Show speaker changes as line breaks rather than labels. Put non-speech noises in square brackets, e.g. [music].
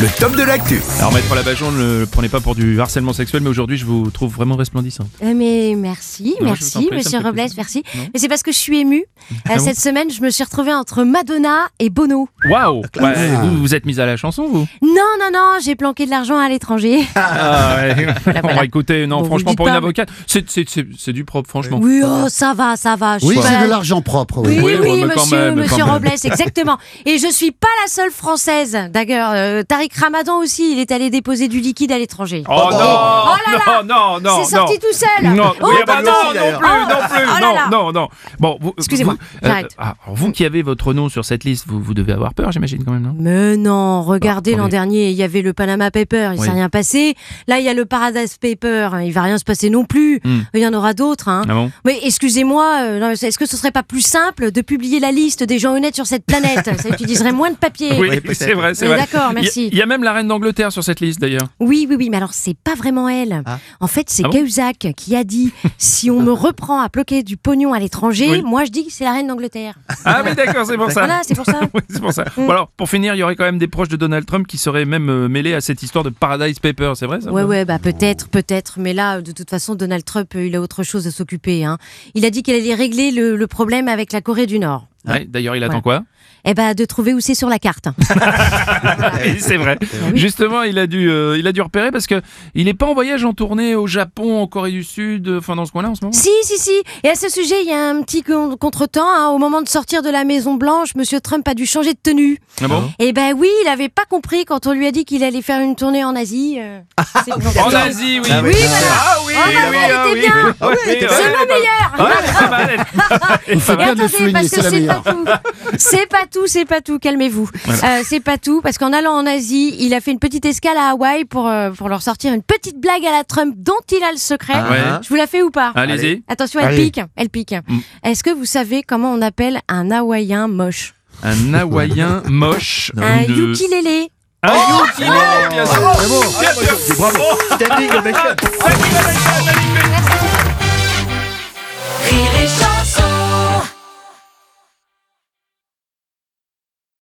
le top de l'actu.
Alors maître Labajon, ne le prenez pas pour du harcèlement sexuel, mais aujourd'hui je vous trouve vraiment resplendissant.
Euh, Mais merci,
Non, je vous en
merci,
prie, ça
monsieur
me fait
Robles,
plaisir.
merci.
Non. Ah
Mais c'est parce que je suis émue. Euh,
bon
cette semaine, je me suis retrouvée entre Madonna et Bono.
Waouh Vous vous êtes mise à la chanson vous
Non, non, non, j'ai planqué de l'argent à l'étranger.
Ah
[laughs]
ouais. On
voilà.
va écouter, non
Bon, vous
franchement
le dites
pour une
pas,
avocate, c'est- c'est c'est- c'est du propre franchement.
Oui, oh, ça va, ça va. je
Oui,
suis pas
c'est
la-
de l'argent propre. oui.
Oui,
Oui,
oui,
ouais, mais quand
monsieur,
même,
monsieur
quand même.
Robles, exactement. Et je suis pas la seule française. D'ailleurs, euh, Tariq Ramadan aussi, il est allé déposer du liquide à l'étranger.
Oh, non
là là
Non, non, non
c'est sorti
non.
tout seul.
Non,
oh,
oui, ah bah
pardon.
non, non plus,
Oh,
non plus,
oh là
non,
là.
non, non. Bon, vous-
Excusez-moi,
vous-
j'arrête.
ah, alors, vous qui avez votre nom sur cette liste, vous, vous devez avoir peur, j'imagine quand même, non
Mais non, regardez
Ah,
l'an
attendez.
dernier, il y avait le Panama Paper, il
Oui.
s'est rien passé. Là, il y a le Paradise Paper, hein, il va rien se passer non plus.
Hmm.
Il y en aura d'autres. hein.
Ah bon
Mais excusez-moi, euh, non, est-ce que ce serait pas plus simple de publier la liste des gens honnêtes sur
[laughs]
cette planète Ça utiliserait moins de papier.
Oui, c'est vrai, c'est
Oui,
vrai.
d'accord,
Il y a-
merci.
Il y a même la reine d'Angleterre sur cette liste d'ailleurs.
Oui, oui, oui, mais alors c'est pas vraiment elle. En fait, c'est
Ah bon
Cahuzac qui a
[laughs]
dit si on me reprend à bloquer du pognon à l'étranger,
Oui.
moi je dis que c'est la reine d'Angleterre.
Ah oui, d'accord, c'est
[laughs]
pour ça.
Voilà, c'est pour ça.
[laughs] Oui, c'est pour ça.
Mm.
Bon, alors, pour finir, il y aurait quand même des proches de Donald Trump qui seraient même euh, mêlés à cette histoire de Paradise Paper, c'est vrai ça
Ouais, ouais, bah peut-être, peut-être. Mais là, de toute façon, Donald Trump, euh, il a autre chose à s'occuper. hein. Il a dit qu'il allait régler le, le problème avec la Corée du Nord.
Ouais, D'ailleurs, il attend
Ouais.
quoi
Eh bah, de trouver où c'est sur la carte. hein.
Ah
Ah
Oui, C'est vrai.
[laughs] oui.
Justement, il a dû, euh, il a dû repérer parce que il est pas en voyage en tournée au Japon, en Corée du Sud, euh, enfin dans ce coin-là en ce moment.
si, si, si. Et à ce sujet, il y a un petit con- contretemps. hein. Au moment de sortir de la Maison Blanche, Monsieur Trump a dû changer de tenue.
Ah bon
Eh ben oui, il avait pas compris quand on lui a dit qu'il allait faire une tournée en Asie.
[laughs]
euh, c'est-
En Asie, oui.
Ah oui,
Oui, voilà.
Ah oui,
Ah bah
ah oui,
oui, elle
ah
était
oui.
bien.
Oui, oui,
C'est
ouais,
ma meilleure.
ouais, elle est pas mal, elle est pas mal, elle est pas
Et
mal.
bien de le
attendez,
souligner,
parce que
c'est la
c'est pas tout. C'est pas tout, c'est pas tout, calmez-vous. Euh, c'est pas tout, parce qu'en allant en Asie, il a fait une petite escale à Hawaï pour, euh, pour leur sortir une petite blague à la Trump dont il a le secret.
Ouais.
Je vous la fais ou pas
Allez-y.
Attention, elle
Ah Allez. Mm.
pique, elle pique. Est-ce que vous savez comment on appelle un Hawaïen moche
Un Hawaïen moche.
Un Oh,
de-
ukulélé.
Un ukulélé, bien sûr.
Bravo.
Bien sûr.
Bravo. Standing ovation.
Magnifique.